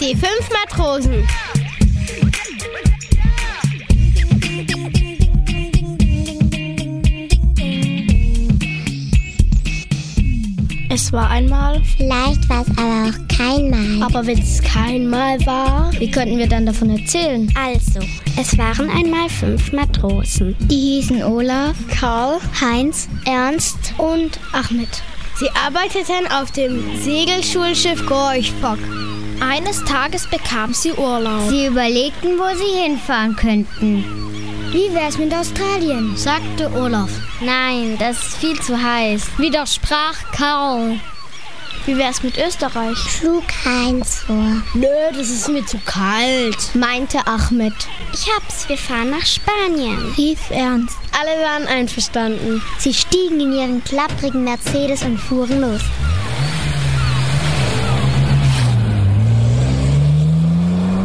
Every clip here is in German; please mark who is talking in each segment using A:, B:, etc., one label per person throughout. A: Die fünf Matrosen. Es war einmal,
B: Vielleicht war es aber auch kein Mal.
A: aber wenn es kein Mal war, wie könnten wir dann davon erzählen?
B: Also, es waren einmal fünf Matrosen. Die hießen Olaf,
A: Karl
B: Heinz, Ernst
A: und Ahmed. Sie arbeiteten auf dem Segelschulschiff Gorch Fock. Eines Tages bekam sie Urlaub.
B: Sie überlegten, wo sie hinfahren könnten. Wie wär's mit Australien? sagte Olaf. Nein, das ist viel zu heiß. Widersprach Karl.
A: Wie wär's mit Österreich?
B: Schlug Heinz vor.
A: Nö, das ist mir zu kalt, meinte Ahmed.
B: Ich hab's, wir fahren nach Spanien.
A: Rief Ernst. Alle waren einverstanden.
B: Sie stiegen in ihren klapprigen Mercedes und fuhren los.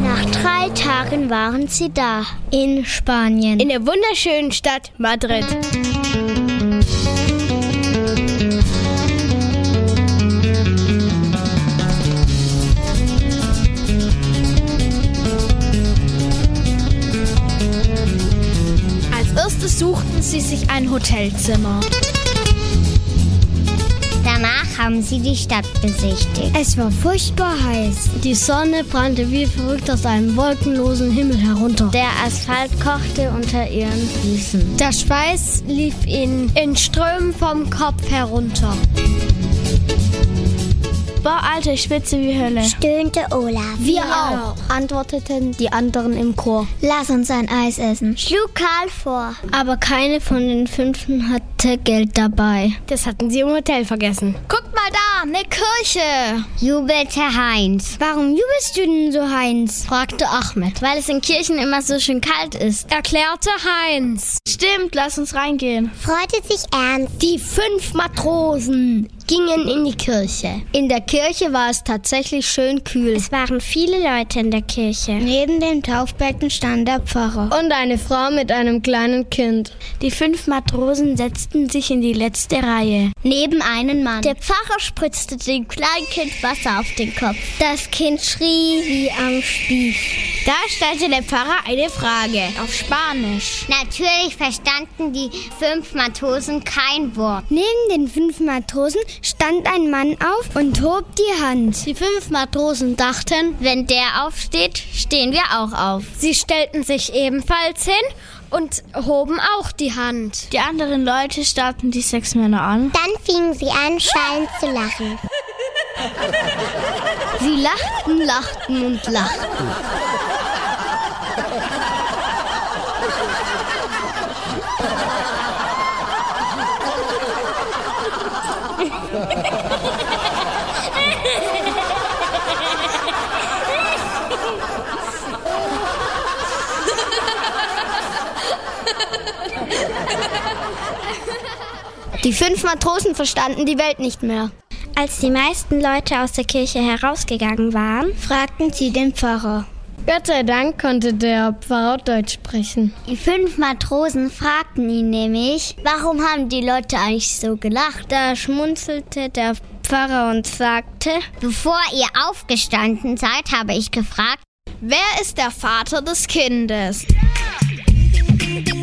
B: Nach drei Tagen waren sie da. In Spanien.
A: In der wunderschönen Stadt Madrid. Als erstes suchten sie sich ein Hotelzimmer.
B: Danach haben sie die Stadt besichtigt.
A: Es war furchtbar heiß. Die Sonne brannte wie verrückt aus einem wolkenlosen Himmel herunter.
B: Der Asphalt kochte unter ihren Füßen.
A: Der Schweiß lief ihnen in Strömen vom Kopf herunter. Boah, Alter, ich schwitze wie Hölle.
B: Stöhnte Olaf.
A: Wir auch, antworteten die anderen im Chor.
B: Lass uns ein Eis essen. Schlug Karl vor.
A: Aber keine von den Fünften hatte Geld dabei. Das hatten sie im Hotel vergessen. Guck mal da, eine Kirche.
B: Jubelte Heinz.
A: Warum jubelst du denn so, Heinz? fragte Ahmed. Weil es in Kirchen immer so schön kalt ist, erklärte Heinz. Stimmt, lass uns reingehen.
B: Freute sich Ernst.
A: Die fünf Matrosen gingen in die Kirche. In der Kirche war es tatsächlich schön kühl.
B: Es waren viele Leute in der Kirche.
A: Neben dem Taufbecken stand der Pfarrer. Und eine Frau mit einem kleinen Kind. Die fünf Matrosen setzten sich in die letzte Reihe.
B: Neben einen Mann.
A: Der
B: Pfarrer spritzte dem kleinen Kind Wasser auf den Kopf. Das Kind schrie wie am Spieß.
A: Da stellte der Pfarrer eine Frage auf Spanisch.
B: Natürlich verstanden die fünf Matrosen kein Wort.
A: Neben den fünf Matrosen stand ein Mann auf und hob die Hand. Die fünf Matrosen dachten,
B: Wenn der aufsteht, stehen wir auch auf.
A: Sie stellten sich ebenfalls hin und hoben auch die Hand. Die anderen Leute starrten die sechs Männer an.
B: Dann fingen sie an, schallend zu lachen.
A: Sie lachten, lachten und lachten. Die fünf Matrosen verstanden die Welt nicht mehr.
B: Als die meisten Leute aus der Kirche herausgegangen waren, fragten sie den Pfarrer.
A: Gott sei Dank konnte der Pfarrer Deutsch sprechen.
B: Die fünf Matrosen fragten ihn nämlich, warum haben die Leute eigentlich so gelacht? Da schmunzelte der Pfarrer und sagte, bevor ihr aufgestanden seid, habe ich gefragt,
A: Wer ist der Vater des Kindes?
B: Ding, ding,